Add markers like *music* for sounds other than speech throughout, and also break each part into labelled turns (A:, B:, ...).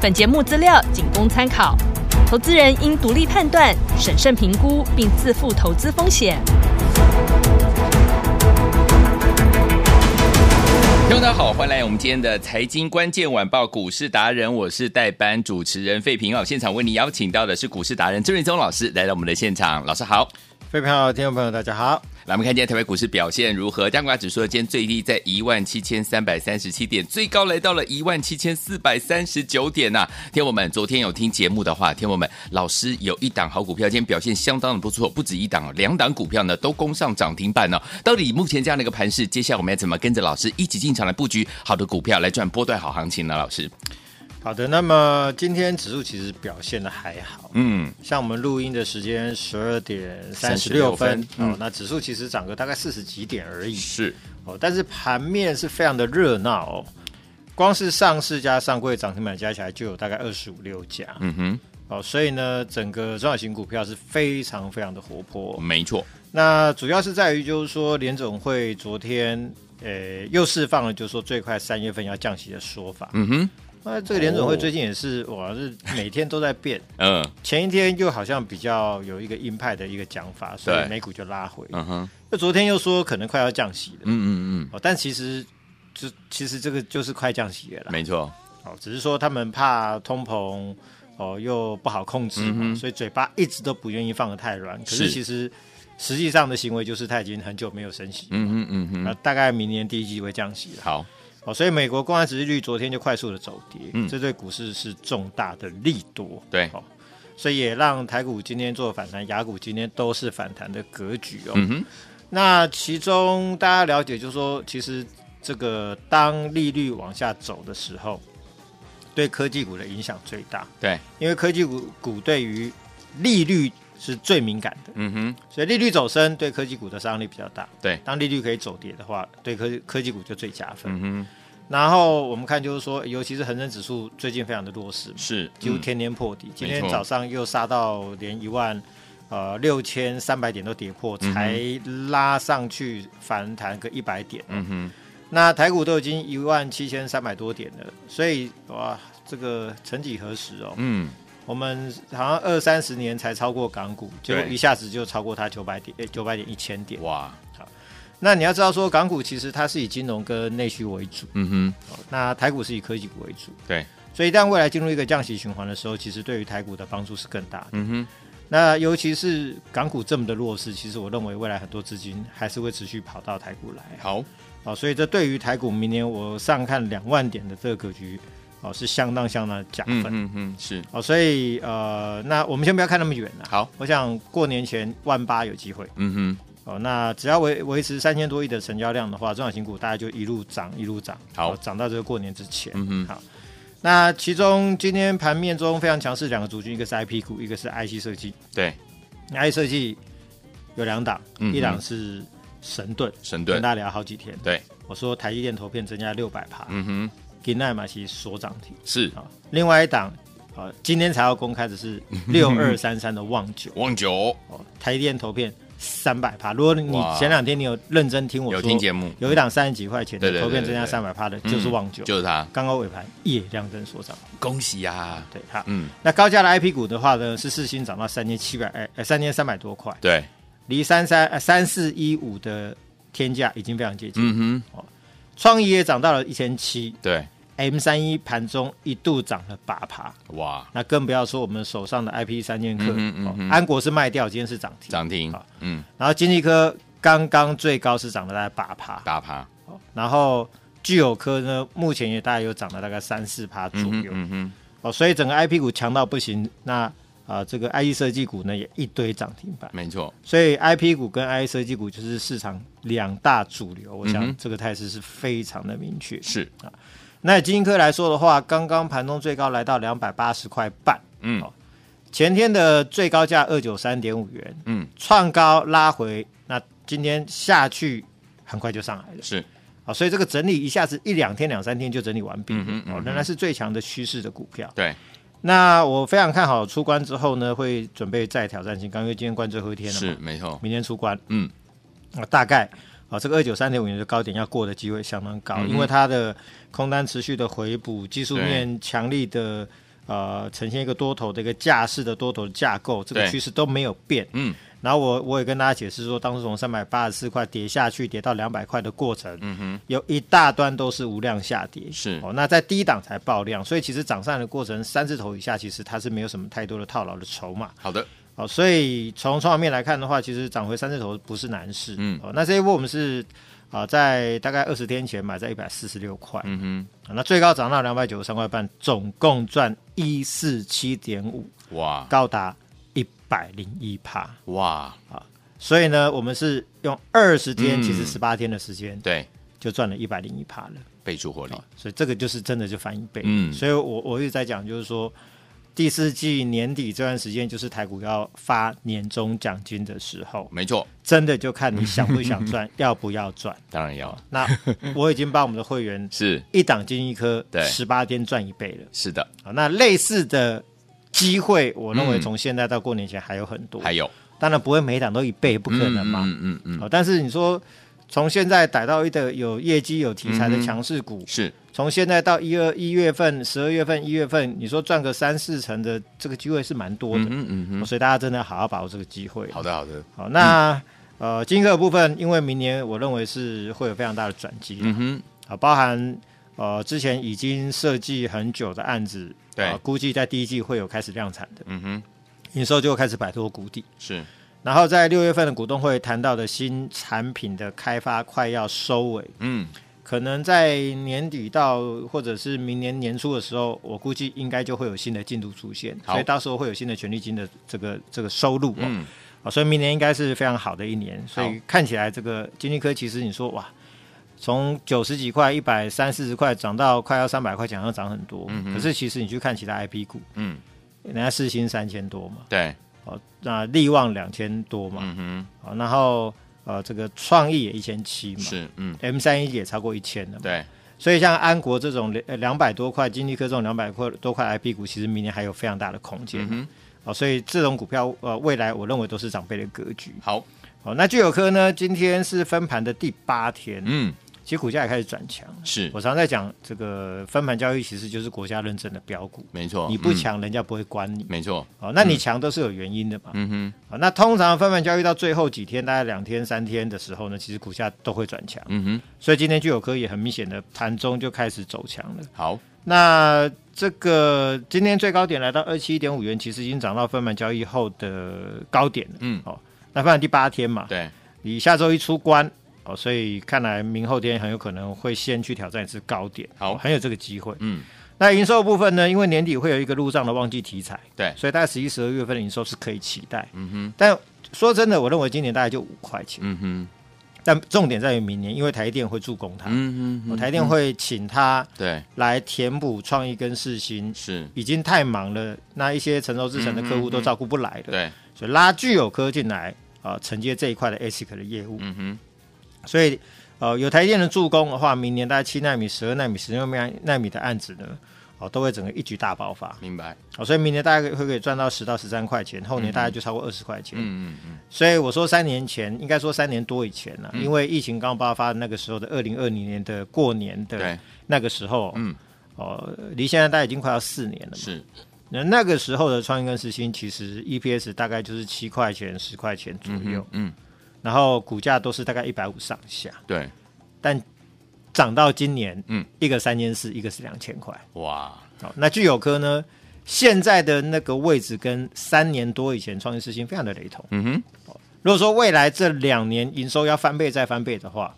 A: 本节目资料仅供参考，投资人应独立判断、审慎评估，并自负投资风险。
B: 听众大家好，欢迎来我们今天的财经关键晚报股市达人，我是代班主持人费平哦。现场为你邀请到的是股市达人郑瑞宗老师来到我们的现场，老师好。
C: 飞盘好，听众朋友大家好。
B: 来，我们看今天台北股市表现如何？加权指数今天最低在一万七千三百三十七点，最高来到了一万七千四百三十九点呐、天友们，昨天有听节目的话，天友们，老师有一档好股票，今天表现相当的不错，不止一档哦，两档股票呢都攻上涨停板哦。到底目前这样的一个盘势，接下来我们要怎么跟着老师一起进场来布局好的股票，来赚波段好行情呢？老师，
C: 好的，那么今天指数其实表现的还好，
B: 嗯，
C: 像我们录音的时间十二点三十
B: 36
C: 六
B: 分
C: 分，
B: 嗯
C: 哦，那指数其实涨个大概四十几点而已，
B: 是
C: 哦，但是盘面是非常的热闹哦，光是上市加上柜涨停板加起来就有大概二十五六家，
B: 嗯哼，
C: 哦，所以呢，整个中小型股票是非常非常的活泼、
B: 没错，
C: 那主要是在于，就是说联总会昨天，呃，又释放了，就是说最快三月份要降息的说法。
B: 嗯哼，
C: 那这个联总
B: 哦
C: 会最近也是，哇，是每天都在变。
B: 嗯
C: 前一天又好像比较有一个鹰派的一个讲法，所
B: 对
C: 以美股就拉回。
B: 嗯哼，
C: 那昨天又说可能快要降息了，
B: 嗯嗯
C: 哦，但其实就其实这个就是快降息了
B: 嗯，
C: 啦。
B: 没错，
C: 哦，只是说他们怕通膨，哦又不好控制
B: 嗯
C: 嘛，
B: 哼
C: 所以嘴巴一直都不愿意放得太软。可
B: 是
C: 是其实实际上的行为就是他已经很久没有升息，
B: 嗯哼嗯
C: 那
B: 哼，
C: 大概明年第一季会降息了。
B: 好，
C: 哦，所以美国公安殖利率昨天就快速的走跌，
B: 嗯哎
C: 这对股市是重大的利多。
B: 对
C: 哦，所以也让台股今天做反弹，雅股今天都是反弹的格局哦。
B: 嗯哼，
C: 那其中大家了解，就是说，其实这个当利率往下走的时候，对科技股的影响最大，
B: 对，
C: 因为科技股股对于利率是最敏感的，
B: 嗯哼，
C: 所以利率走升对科技股的杀伤力比较大。
B: 对
C: 当利率可以走跌的话，对科科技股就最加分。
B: 嗯哼。
C: 然后我们看就是说，尤其是恒生指数最近非常的弱势嘛，
B: 是
C: 几乎
B: 嗯
C: 天天破底。今
B: 没
C: 天
B: 错
C: 早上又杀到连一万呃六千三百点都跌破，
B: 嗯哼
C: 才拉上去反弹个一百点。
B: 嗯哼，
C: 那台股都已经一万七千三百多点了，所以哇，这个曾几何时哦，
B: 嗯，
C: 我们好像二三十年才超过港股，结果
B: 对
C: 一下子就超过它九百点，九百点一千点。
B: 哇，
C: 那你要知道说，港股其实它是以金融跟内需为主，
B: 嗯
C: 哦那台股是以科技股为主。
B: 哼，对，
C: 所以，一旦未来进入一个降息循环的时候，其实对于台股的帮助是更大的。
B: 嗯哼，
C: 那尤其是港股这么的弱势，其实我认为未来很多资金还是会持续跑到台股来啊、
B: 好，
C: 哦，所以这对于台股明年我上看两万点的这个格局哦，是相当相当的加
B: 嗯
C: 分。
B: 嗯嗯，是，
C: 哦，所以呃，那我们先不要看那么远了、啊
B: 好，
C: 我想过年前万八有机会
B: 嗯
C: 哦。那只要维维持三千多亿的成交量的话，中小型股大概就一路涨一路涨，
B: 好
C: 哦涨到这个过年之前。
B: 嗯哼
C: 好。那其中今天盘面中非常强势两个族群，一个是 IP 股，一个是 IC 设计。
B: 哼，对，
C: 那 i 设计有两档，
B: 嗯哼
C: 一档是神盾，
B: 神
C: 跟
B: 盾，
C: 大家聊好几天。
B: 对，
C: 我说台积电投片增加六百趴，
B: 嗯哼，
C: 给奈马其所涨停
B: 是
C: 啊。另外一档，呃，今天才要公开
B: *laughs*
C: 的是六二三三的旺九
B: 望九，
C: 哦，台积电投片三百趴。如果你
B: 哇
C: 前两天你有认真听我
B: 有
C: 说，
B: 听节目，
C: 有一档三十几块钱
B: 对对
C: 的
B: 对
C: 投片增加
B: 对
C: 三百趴的，就是
B: 嗯
C: 旺九。
B: 就是他，
C: 刚刚尾盘夜亮灯所涨停，
B: 恭喜呀，
C: 对好，
B: 嗯，
C: 那高价的 IP 股的话呢，是四星涨到三千七百，哎，呃三千三百多块。
B: 对，
C: 离三三呃三四一五的天价已经非常接近。
B: 嗯哼，
C: 创意也涨到了一千七
B: 对，
C: ，M 三一盘中一度涨了八趴，
B: 哇，
C: 那更不要说我们手上的 IP 三剑客，
B: 嗯哼嗯哼
C: 安国是卖掉，今天是涨停，
B: 涨停
C: 好，
B: 嗯，
C: 然后经济科刚刚最高是涨了大概八趴，
B: 大趴，
C: 然后聚友科呢，目前也大概有涨了大概三四趴左
B: 嗯哼
C: 右、
B: 嗯哼，
C: 哦，所以整个 IP 股强到不行，那啊、呃这个 IE 设计股呢也一堆涨停板。
B: 没错，
C: 所以 IP 股跟 I E 设计股就是市场两大主流，我
B: 嗯哼
C: 想这个态势是非常的明确。
B: 是，
C: 那以基金科来说的话，刚刚盘中最高来到两百八十块半，
B: 嗯
C: 好前天的最高价二九三点五元，
B: 嗯，
C: 创高拉回，那今天下去很快就上来了。
B: 是，
C: 好，所以这个整理一下子一两天、两三天就整理完毕了，
B: 嗯哼嗯哼
C: 哦，仍然是最强的趋势的股票。
B: 对，
C: 那我非常看好出关之后呢，会准备再挑战新高，因为今天关最后一天了嘛，
B: 是没错，
C: 明天出关，
B: 嗯，
C: 啊，大概啊，这个二九三点五元的高点要过的机会相当高，
B: 嗯哼
C: 因为它的空单持续的回补，技术
B: 对
C: 面强力的呃呈现一个多头的一个架势的多头的架构，这个
B: 对
C: 趋势都没有变。
B: 嗯
C: 然后我我也跟大家解释说，当时从三百八十四块跌下去，跌到两百块的过程，
B: 嗯哼，
C: 有一大段都是无量下跌，
B: 是
C: 哦，那在低档才爆量，所以其实涨上来的过程三字头以下，其实它是没有什么太多的套牢的筹码。
B: 好的，
C: 好，所以从创面来看的话，其实涨回三字头不是难事。
B: 嗯
C: 哦，那这一波我们是啊、在大概二十天前买在一百四十六块，
B: 嗯哼。
C: 啊那最高涨到两百九十三块半，总共赚一四七点五，
B: 哇
C: 高达一百零一趴。
B: 哇，
C: 所以呢，我们是用二十天，
B: 嗯
C: 其实十八天的时间
B: 对，
C: 就赚了一百零一趴了。
B: 倍数获利，
C: 所以这个就是真的就翻一倍。
B: 嗯
C: 所以我我一直在讲，就是说第四季年底这段时间，就是台股要发年终奖金的时候，
B: 没错，
C: 真的就看你想不想赚，
B: *laughs*
C: 要不要赚。
B: 当然要，
C: 那我已经把我们的会员
B: 是
C: 一档金一科
B: 对
C: 十八天赚一倍了。
B: 是的，
C: 好，那类似的机会，我认为
B: 嗯
C: 从现在到过年前还有很多。
B: 还有
C: 当然不会每一档都一倍，不可能嘛。
B: 嗯嗯嗯嗯，
C: 好，但是你说从现在逮到一个有业绩、有题材
B: 嗯
C: 的强势股，
B: 是
C: 从现在到一二一月份、十二月份、一月份，你说赚个三四成的这个机会是蛮多的，哦
B: 嗯嗯嗯
C: 所以大家真的好好把握这个机会。
B: 嗯，好的好的，
C: 好，那、呃，金科的部分，因为明年我认为是会有非常大的转机，
B: 嗯哼，
C: 啊，包含呃之前已经设计很久的案子，
B: 对
C: 啊估计在第一季会有开始量产的，
B: 嗯哼，
C: 营收就会开始摆脱谷底。
B: 是
C: 然后在六月份的股东会谈到的新产品的开发快要收尾，
B: 嗯
C: 可能在年底到或者是明年年初的时候，我估计应该就会有新的进度出现，
B: 好
C: 所以到时候会有新的权利金的这个这个收入、哦。
B: 嗯
C: 啊，所以明年应该是非常好的一年，所以
B: 好
C: 看起来这个金立科其实你说哇，从九十几块、一百三四十块涨到快要三百块钱，好像涨很多。
B: 嗯哼
C: 可是其实你去看其他 IP 股，
B: 嗯，
C: 人家世新三千多嘛，
B: 对，
C: 哦，那力旺两千多嘛，
B: 嗯哼，
C: 啊、然后呃这个创意也一千七嘛，
B: 是嗯
C: M 三一也超过一千了嘛，
B: 对，
C: 所以像安国这种两百多块、金立科这种两百块多块 IP 股，其实明年还有非常大的空间。
B: 嗯哼，
C: 哦，所以这种股票，呃，未来我认为都是长辈的格局。
B: 好，
C: 哦，那聚友科呢？今天是分盘的第八天，
B: 嗯
C: 其实股价也开始转强。
B: 是
C: 我常在讲，这个分盘交易其实就是国家认证的标股，
B: 没错，
C: 你不
B: 嗯，
C: 强，人家不会管你。
B: 没错，
C: 哦，那你强都是有原因的嘛。
B: 嗯哼
C: 哦，那通常分盘交易到最后几天，大概两天、三天的时候呢，其实股价都会转强。
B: 嗯哼，
C: 所以今天聚友科也很明显的盘中就开始走强了。
B: 好，
C: 那这个今天最高点来到二七点五元，其实已经涨到分盘交易后的高点了。
B: 嗯
C: 哦，那分盘第八天嘛，
B: 对，
C: 你下周一出关，哦，所以看来明后天很有可能会先去挑战一次高点，
B: 好
C: 哦很有这个机会。
B: 嗯
C: 那营收部分呢？因为年底会有一个入账的旺季题材，
B: 对
C: 所以大概十一、十二月份的营收是可以期待。
B: 嗯哼，
C: 但说真的，我认为今年大概就五块钱，
B: 嗯哼，
C: 但重点在于明年，因为台电会助攻它，
B: 嗯
C: 哦台电会请它
B: 对，
C: 来填补创意跟世新
B: 是，
C: 已经太忙了，那一些成熟制成的
B: 嗯
C: 客户都照顾不来的，
B: 对，
C: 所以拉具有科进来啊、呃承接这一块的 ASIC 的业务，
B: 嗯哼，
C: 所以呃，有台积电的助攻的话，明年大概七纳米、十二纳米、十六纳米的案子呢，哦、都会整个一举大爆发，
B: 明白，
C: 哦，所以明年大概会可以赚到十到十三块钱，后年大概就超过二十块钱，
B: 嗯嗯嗯，
C: 所以我说三年前，应该说三年多以前了、因为疫情刚爆发那个时候的二零二零年的过年的
B: 对，
C: 那个时候，
B: 嗯，
C: 哦，离现在大概已经快要四年了嘛。
B: 是，
C: 那那个时候的创意跟时薪，其实 EPS 大概就是七块钱、十块钱左
B: 嗯
C: 右，
B: 哼，嗯，
C: 然后股价都是大概一百五上下，
B: 对，
C: 但涨到今年，
B: 嗯，
C: 一个三千四，一个是两千块。
B: 哇，
C: 好，那聚友科呢，现在的那个位置跟三年多以前创意时薪非常的雷同。
B: 嗯哼，
C: 如果说未来这两年营收要翻倍再翻倍的话，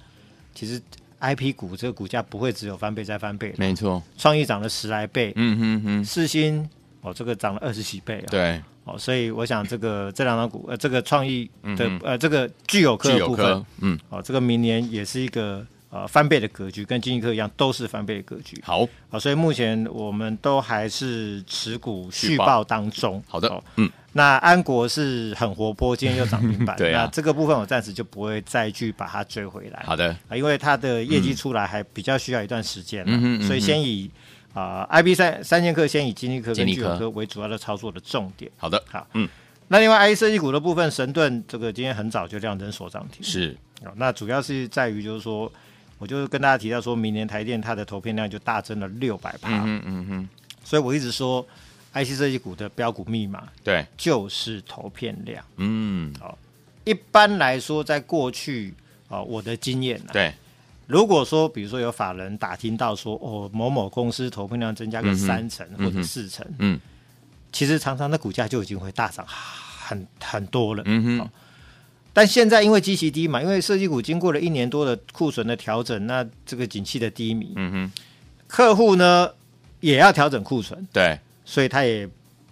C: 其实 IP 股这个股价不会只有翻倍再翻倍，
B: 没错，
C: 创意涨了十来倍，
B: 嗯哼哼，
C: 世新哦这个涨了二十几倍啊、
B: 对，
C: 哦，所以我想这个这两张股，
B: 嗯
C: 呃，这个创意的、呃，这个具有科
B: 具
C: 的
B: 有
C: 部
B: 科
C: 分，，
B: 嗯，
C: 哦，这个明年也是一个呃翻倍的格局，跟金济科一样都是翻倍的格局。
B: 好，
C: 啊，所以目前我们都还是持股
B: 续
C: 续
B: 报
C: 报当中。
B: 好的
C: 哦
B: 嗯，。
C: 那安国是很活泼，今天又涨停板
B: *laughs* 对啊
C: 那这个部分我暂时就不会再去把它追回来。
B: 好的，
C: 啊，因为它的业绩出来还比较需要一段时间啦、
B: 嗯哼嗯哼
C: 所以先以啊、IB 三三剑客先以金立科
B: 金
C: 跟
B: 立
C: 聚友
B: 科
C: 科为主要的操作的重点。
B: 好的，
C: 好，
B: 嗯，
C: 那另外 IE 设计股的部分，神盾这个今天很早就亮灯所涨停，
B: 是
C: 哦那主要是在于就是说，我就跟大家提到说，明年台电它的投片量就大增了六百趴，
B: 嗯嗯嗯，
C: 所以我一直说 IC 设计股的标股密码
B: 对，
C: 就是投片量。
B: 嗯，
C: 一般来说，在过去啊、呃我的经验、啊，
B: 对，
C: 如果说，比如说有法人打听到说，哦，某某公司投片量增加个
B: 嗯哼
C: 三成或者四成，
B: 嗯
C: 其实常常那股价就已经会大涨很很多了。
B: 嗯哼，
C: 但现在因为基期低嘛，因为设计股经过了一年多的库存的调整，那这个景气的低迷，
B: 嗯哼，
C: 客户呢也要调整库存，
B: 对，
C: 所以他也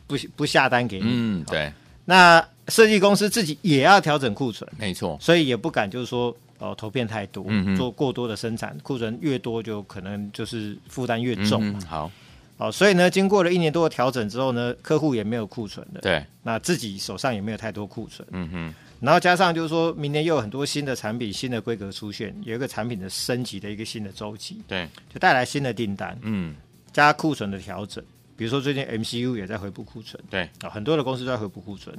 C: 不不下单给你。
B: 嗯
C: 好，
B: 对，
C: 那设计公司自己也要调整库存，
B: 没错，
C: 所以也不敢就是说哦投片太多，
B: 嗯哼
C: 做过多的生产，库存越多就可能就是负担越重
B: 嗯
C: 嘛。
B: 哼，好，
C: 哦，所以呢，经过了一年多的调整之后呢，客户也没有库存了，
B: 对，
C: 那自己手上也没有太多库存，
B: 嗯哼，
C: 然后加上就是说明年又有很多新的产品、新的规格出现，有一个产品的升级的一个新的周期，
B: 对，
C: 就带来新的订单，
B: 嗯，
C: 加库存的调整。比如说最近 MCU 也在回补库存，
B: 对，
C: 啊、很多的公司都在回补库存，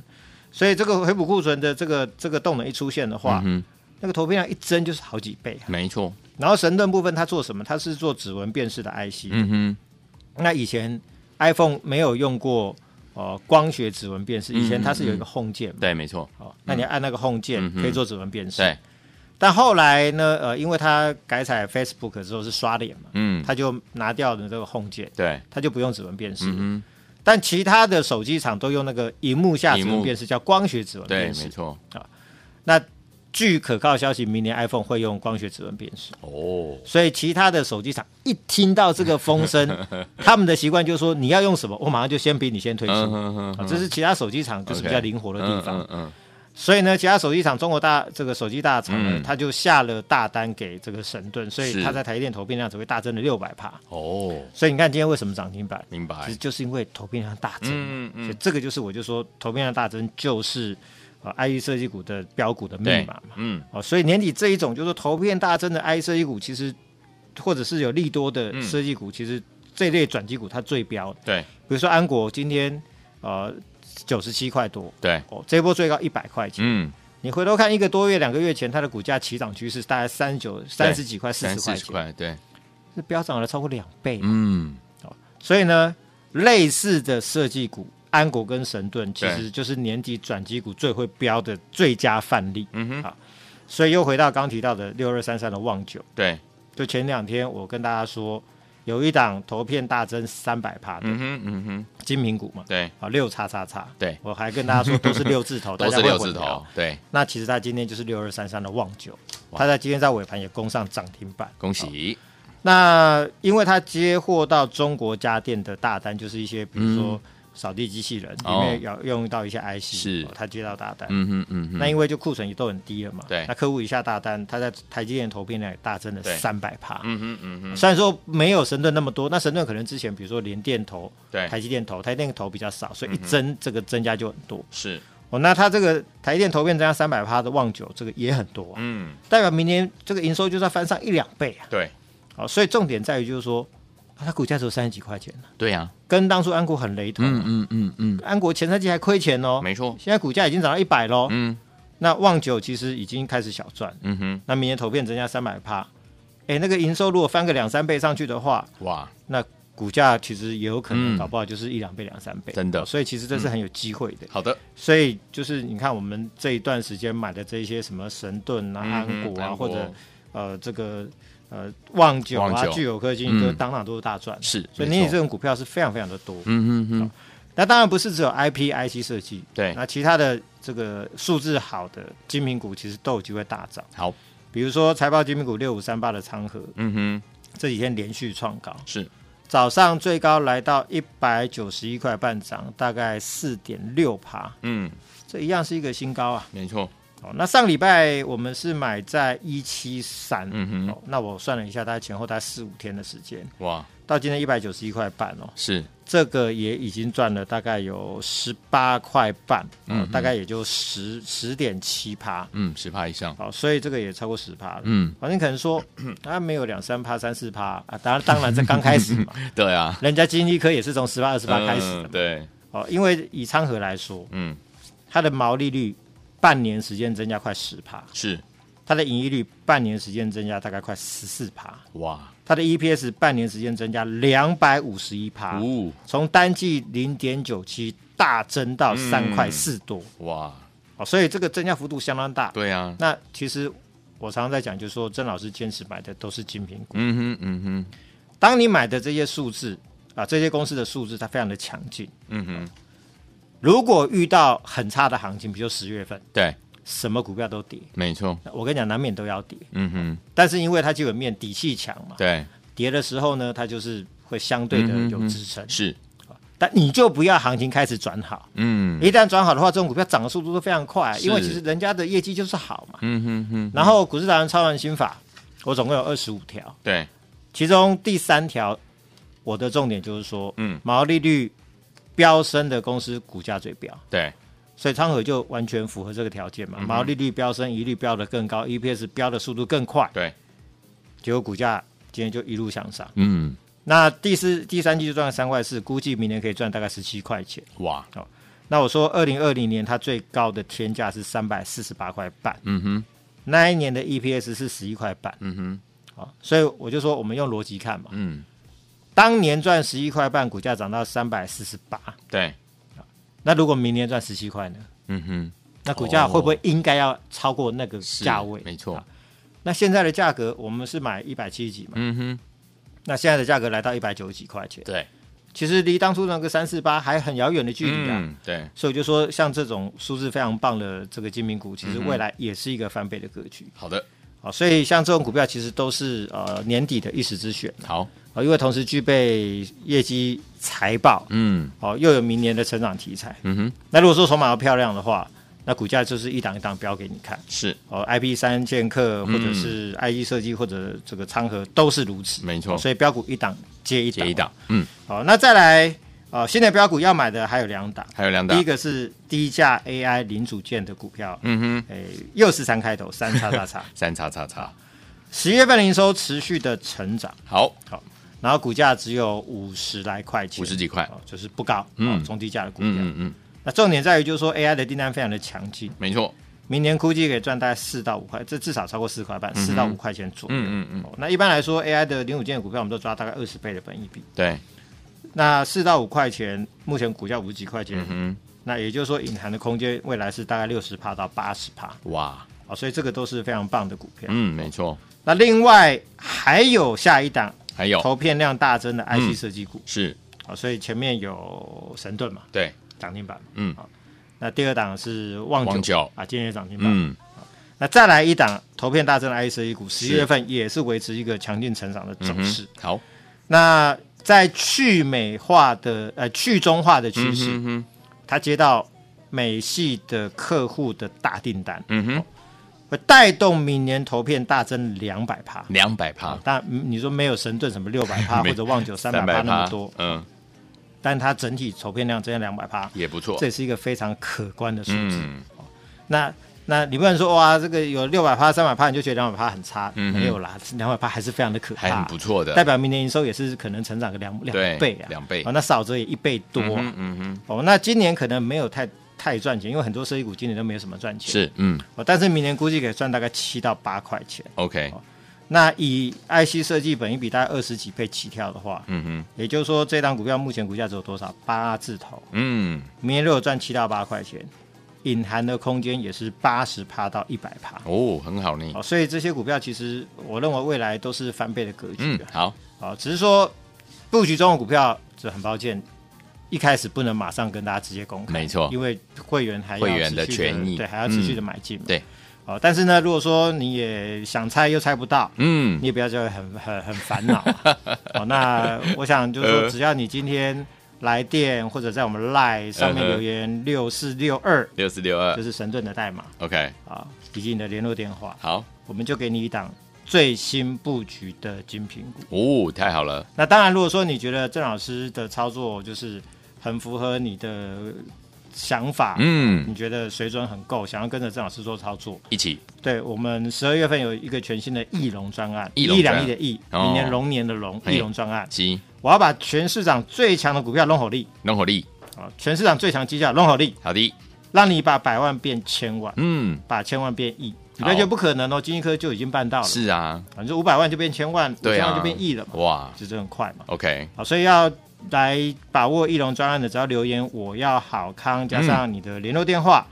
C: 所以这个回补库存的这个这个动能一出现的话，
B: 嗯
C: 那个投片量一增就是好几倍啊、
B: 哼，没错，
C: 然后神盾部分它做什么？它是做指纹辨识的 IC，、
B: 嗯哼，
C: 那以前 iPhone 没有用过呃光学指纹辨识，以
B: 嗯
C: 前它是有一个 Home 键嘛，
B: 对，没错，
C: 哦，那你按那个 Home 键、
B: 嗯嗯哼
C: 可以做指纹辨识。
B: 对，
C: 但后来呢，呃，因为它改采 Facebook 之后是刷脸嘛，
B: 嗯，
C: 它就拿掉了这个 Home 键，
B: 对，
C: 它就不用指纹辨识。
B: 嗯
C: 但其他的手机厂都用那个荧幕下指
B: 荧幕
C: 纹辨识，叫光学指
B: 哼，
C: 纹
B: 对，
C: 辨
B: 没
C: 识。
B: 错，
C: 那据可靠消息，明年 iPhone 会用光学指纹辨识。
B: 哦，
C: 所以其他的手机厂一听到这个风声，
B: *laughs*
C: 他们的习惯就是说你要用什么，我马上就先比你先推出。
B: 嗯哼哼
C: 啊
B: 哼，
C: 这是其他手机厂就是比较
B: OK
C: 灵活的地方。
B: 嗯嗯，
C: 所以呢，其他手机厂，中国大这个手机大厂呢
B: 嗯，
C: 它就下了大单给这个神盾，所
B: 是
C: 以它在台积电投片量只会大增了六百帕。
B: 哦，
C: 所以你看今天为什么涨停板？
B: 明白
C: 其实就是因为投片量大增。
B: 哎嗯嗯嗯
C: 所以这个就是我就说投片量大增就是呃 IE 设计股的标股的密
B: 对
C: 码嘛。
B: 嗯，
C: 哦，所以年底这一种就是投片大增的 I E 设计股，其实或者是有利多的
B: 嗯
C: 设计股，其实这类转机股它最标。
B: 对
C: 比如说安国今天呃九十七块多，
B: 对，
C: 哦，这一波最高一百块钱。
B: 嗯，
C: 你回头看一个多月、两个月前它的股价起涨趋势，大概三九三十几块、四
B: 三
C: 十块
B: 四十
C: 钱，
B: 块，对，
C: 是飙涨了超过两倍。
B: 嗯，
C: 所以呢，类似的设计股。安国跟神盾其
B: 对
C: 实就是年底转机股最会标的最佳范例，
B: 嗯哼，
C: 所以又回到刚提到的六二三三的旺九，
B: 对，
C: 就前两天我跟大家说，有一档投片大增三百趴的
B: 嗯哼嗯哼，
C: 金品股嘛，
B: 对，
C: 啊六叉叉叉，
B: 对
C: 我还跟大家说都是六字头，
B: *laughs* 都
C: 大
B: 是
C: 家会
B: 六
C: 混
B: 字
C: 淆
B: 头。，对，
C: 那其实它今天就是六二三三的旺九，
B: 哇
C: 它在今天在尾盘也攻上涨停板。
B: 恭喜，
C: 那因为它接获到中国家电的大单，就是一些比如说扫地机器人、
B: 嗯哦
C: 里面要用到一些 IC，
B: 是
C: 哦它接到大单。
B: 嗯哼嗯哼，
C: 那因为就库存也都很低了嘛，
B: 对
C: 那客户一下大单，它在台积电投片量也大增了
B: 对
C: 三百趴，
B: 嗯哼嗯哼，
C: 虽然说没有神盾那么多，那神盾可能之前比如说连电投、
B: 对，嗯
C: 台积电投、台积电投比较少，所以一增这个增加就很多。
B: 是，
C: 哦，那它这个台积电投变增加三百趴的旺九，这个也很多、啊，
B: 嗯，
C: 代表明年这个营收就算翻上一两倍啊。
B: 对，
C: 哦，所以重点在于就是说，啊它股价只有三十几块钱、啊、
B: 对呀，
C: 跟当初安国很雷同、
B: 嗯
C: 啊。
B: 嗯嗯嗯，
C: 安国前三季还亏钱哦，
B: 没错，
C: 现在股价已经涨到一百喽。
B: 嗯
C: 那旺九其实已经开始小赚，
B: 嗯哼，
C: 那明年投片增加三百趴，哎，那个营收如果翻个两三倍上去的话，
B: 哇，
C: 那股价其实也有可能，
B: 嗯
C: 搞不好就是一两倍、两三倍，
B: 真的
C: 所以其实这是很有机会的。
B: 好的，
C: 所以就是你看，我们这一段时间买的这一些什么神盾啊、
B: 嗯哼
C: 安国啊，
B: 安
C: 或
B: 国
C: 者呃这个呃旺九
B: 旺
C: 啊、
B: 九
C: 具有科技，都
B: 嗯
C: 当当都是大赚。
B: 是
C: 所以
B: 没
C: 你
B: 错
C: 这种股票是非常非常的多。
B: 嗯哼哼，
C: 那当然不是只有 IP、IC 设计，
B: 对
C: 那其他的这个数字好的精品股其实都有机会大涨。
B: 好，
C: 比如说财报精品股六五三八的昌河，
B: 嗯哼，
C: 这几天连续创高，
B: 是，
C: 早上最高来到一百九十一块半涨，大概四点六趴，
B: 嗯，
C: 这一样是一个新高啊！
B: 没错，
C: 哦，那上礼拜我们是买在一七三，
B: 嗯哼
C: 哦，那我算了一下，大概前后大概四五天的时间，
B: 哇，
C: 到今天一百九十一块半哦，
B: 是
C: 这个也已经赚了大概有十八块半，
B: 嗯
C: 嗯，
B: 哼
C: 大概也就十十点七趴，
B: 嗯十趴以上，
C: 好，所以这个也超过十趴了。
B: 嗯，
C: 反正可能说， *clears throat* 他没有两三趴、三四趴啊，当然当然这刚开始嘛，
B: 对啊，
C: 人家经济科也是从十八、二十八开始的
B: 嗯，对，
C: 哦，因为以昌河来说，
B: 嗯
C: 它的毛利率半年时间增加快十趴，
B: 是
C: 它的盈利率半年时间增加大概快十四趴，
B: 哇，
C: 它的 EPS 半年时间增加两百五十一趴，
B: 五
C: 从单季零点九七大增到
B: 嗯
C: 三块四多、
B: 哇，
C: 哦，所以这个增加幅度相当大。
B: 对啊，
C: 那其实我常常在讲，就是说郑老师坚持买的都是精品股，
B: 嗯哼嗯哼
C: 当你买的这些数字啊，这些公司的数字它非常的强劲。
B: 嗯哼，
C: 如果遇到很差的行情，比如十月份，
B: 对，
C: 什么股票都跌，
B: 没错，
C: 我跟你讲，难免都要跌。
B: 嗯哼，
C: 但是因为它基本面底气强嘛，
B: 对，嗯
C: 跌的时候呢，它就是会相对的有支撑。
B: 是，
C: 但你就不要行情开始转好，
B: 嗯
C: 一旦转好的话，这种股票涨的速度都非常快，
B: 是
C: 因为其实人家的业绩就是好嘛。
B: 嗯哼哼，
C: 然后股市达人超人心法，我总共有二十五条，
B: 对，
C: 其中第三条我的重点就是说，
B: 嗯
C: 嗯，毛利率飙升的公司股价最标，
B: 对，
C: 所以昌河就完全符合这个条件
B: 嗯
C: 嘛，毛利率飙升，一律飙得更高，EPS 飙的速度更快，
B: 对，
C: 结果股价今天就一路向上。
B: 嗯，
C: 那第四、第三季就赚了三块四，估计明年可以赚大概十七块钱。
B: 哇，
C: 那我说，二零二零年它最高的天价是三百四十八块半，
B: 嗯哼，
C: 那一年的 EPS 是十一块半
B: 嗯哼，
C: 啊，所以我就说我们用逻辑看嘛，
B: 嗯，
C: 当年赚十一块半，股价涨到三百四十八，
B: 对，
C: 那如果明年赚十七块呢？
B: 嗯哼，
C: 那股价会不会应该要超过那个
B: 哦是
C: 价位？
B: 没错
C: 啊，那现在的价格，我们是买一百七十几嘛，
B: 嗯哼，
C: 那现在的价格来到一百九十几块钱，
B: 对，
C: 其实离当初那个三四八还很遥远的距离啊。
B: 嗯，对，
C: 所以我就说，像这种数字非常棒的这个精品股，
B: 嗯
C: 其实未来也是一个翻倍的格局。
B: 好的，
C: 好、所以像这种股票其实都是呃年底的一时之选
B: 好，
C: 啊、因为同时具备业绩财报，
B: 嗯
C: 好、又有明年的成长题材。
B: 嗯哼，
C: 那如果说筹码要漂亮的话，那股价就是一档一档标给你看。
B: 是，
C: 哦，IP 三剑客或者是 IE 设计或者这个昌河都是如此，
B: 嗯
C: 哦
B: 没错
C: 所以标股一档接一档，
B: 接一档，嗯，
C: 好，那再来，呃，现在标股要买的还有两档，
B: 还有两档
C: 第一个是低价 AI 零组件的股票，
B: 嗯
C: 嗯，
B: 哼，
C: 诶，又是三开头，三叉
B: *laughs*
C: 叉叉，
B: 三叉叉叉，
C: 十月份营收持续的成长，
B: 好，
C: 然后股价只有五十来块钱，
B: 50几块
C: 哦，就是不高，
B: 嗯
C: 嗯、中低价的股票。
B: 嗯嗯嗯，
C: 那重点在于就是说 AI 的订单非常的强劲，
B: 没错，
C: 明年估计可以赚大概四到五块，这至少超过四块半，四、到五块钱左右。
B: 嗯嗯嗯嗯，
C: 哦那一般来说，AI 的零组件的股票，我们都抓大概二十倍的本益比。
B: 对，
C: 那四到五块钱，目前股价五十几块钱，
B: 嗯
C: 那也就是说，隐含的空间未来是大概六十帕到八十帕
B: 哼，哇，
C: 啊，所以这个都是非常棒的股票。
B: 嗯，没错，
C: 那另外还有下一档
B: 还有
C: 投片量大增的
B: 嗯
C: IC 设计股
B: 是，
C: 啊、所以前面有神盾嘛，
B: 对，
C: 涨停板，
B: 嗯
C: 好、那第二档是旺
B: 旺
C: 九
B: 九
C: 啊，今天也涨停板。
B: 嗯，
C: 那再来一档投片大增的 IC 设计股，十
B: 是
C: 一月份也是维持一个强劲成长的走
B: 嗯
C: 势。
B: 哼，好，
C: 那在去美化的呃去中化的趋
B: 嗯
C: 势，
B: 哼哼，
C: 他接到美系的客户的大订单，
B: 嗯哼，
C: 会带动明年投片大增两百趴。
B: 两百趴，
C: 但嗯你说没有神盾什么六百趴
B: *laughs* 没
C: 或者旺九三百趴那么多，
B: 嗯，
C: 但它整体投片量增加两百趴，
B: 也不错
C: 这，也是一个非常可观的数字。
B: 嗯，
C: 那那你不能说哇，这个有六百趴、三百趴你就觉得两百趴很差，
B: 嗯哼
C: 没有啦，两百趴还是非常的可怕，
B: 还很不错的，
C: 代表明年营收也是可能成长个两两
B: 对
C: 倍啊，
B: 两倍
C: 哦，那少则也一倍多啊、
B: 嗯哼嗯哼，
C: 哦，那今年可能没有太太赚钱，因为很多设计股今年都没有什么赚钱。
B: 是，嗯
C: 哦，但是明年估计可以赚大概七到八块钱。
B: ，OK，
C: 那以 IC 设计本一比大概二十几倍起跳的话，
B: 嗯哼，
C: 也就是说这档股票目前股价只有多少？八字头。
B: 嗯，
C: 明年如果赚七到八块钱，隐含的空间也是八十趴到一百趴。
B: 哦，很好呢，
C: 哦，所以这些股票其实我认为未来都是翻倍的格局
B: 嗯，
C: 啊。
B: 好，
C: 哦，只是说布局中的股票，这很抱歉，一开始不能马上跟大家直接公开，
B: 没错
C: 因为会员还要
B: 会员的
C: 持续地
B: 权益
C: 对，还要持续的
B: 嗯
C: 买进、嘛。
B: 对，
C: 哦，但是呢，如果说你也想猜又猜不到，
B: 嗯 *laughs*
C: 你，也不要觉得很很很烦恼啊、哦。那我想就是说，
B: 呃
C: 只要你今天。来电或者在我们 Line 上
B: 嗯
C: 面留言六四六二，
B: 六四六二
C: 这是神盾的代码
B: ，OK，
C: 啊，以及你的联络电话，
B: 好
C: 我们就给你一档最新布局的精品股。
B: 哦，太好了，
C: 那当然，如果说你觉得郑老师的操作就是很符合你的想法，
B: 嗯，
C: 你觉得水准很够，想要跟着郑老师做操作，
B: 一起
C: 对我们十二月份有一个全新的翼龙专案，
B: 翼龙专案
C: 两亿的翼，
B: 哦
C: 明年龙年的龙，
B: 嘿
C: 翼龙专案，
B: 七，
C: 我要把全市场最强的股票龙火力
B: 龙火力，
C: 啊，全市场最强绩效龙火力，
B: 好的，
C: 让你把百万变千万，
B: 嗯，
C: 把千万变亿，你
B: 好
C: 不要觉得不可能哦，金一科就已经办到了，
B: 是啊，
C: 反正五百万就变千万，五
B: 对
C: 千
B: 啊
C: 万就变亿了嘛，
B: 哇
C: 其实很快嘛，
B: ，OK，
C: 好，所以要来把握翼龙专案的，只要留言我要好康，加
B: 嗯
C: 上你的联络电话，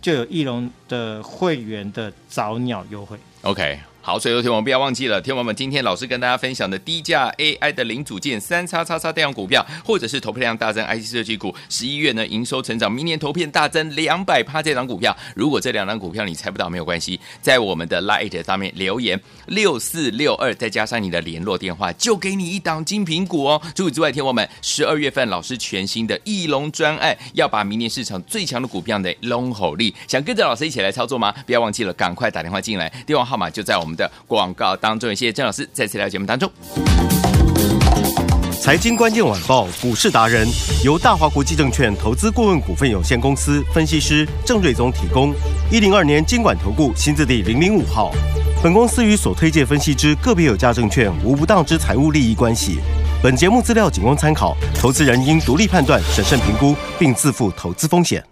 C: 就有翼龙的会员的早鸟优惠。
B: OK，好，所以有天我们不要忘记了，天王们今天老师跟大家分享的低价 AI 的零组件三叉叉叉这样股票，或者是投片量大增 IC 设计股，十一月呢营收成长，明年投片大增两百趴这档股票，如果这两档股票你猜不到没有关系，在我们的 Lite 上面留言六四六二，再加上你的联络电话，就给你一档精品股哦。除此之外，天王们十二月份老师全新的翼龙专案，要把明年市场最强的股票的龙吼力，想跟着老师一起来操作吗？不要忘记了，赶快打电话进来，电话号码就在我们的广告当中。也谢谢郑老师再次来到节目当中。
D: 财经关键晚报股市达人由大华国际证券投资顾问股份有限公司分析师郑瑞宗提供。一零二年经管投顾新字第零零五号。本公司与所推介分析之个别有价证券无不当之财务利益关系。本节目资料仅供参考，投资人应独立判断、审慎评估，并自负投资风险。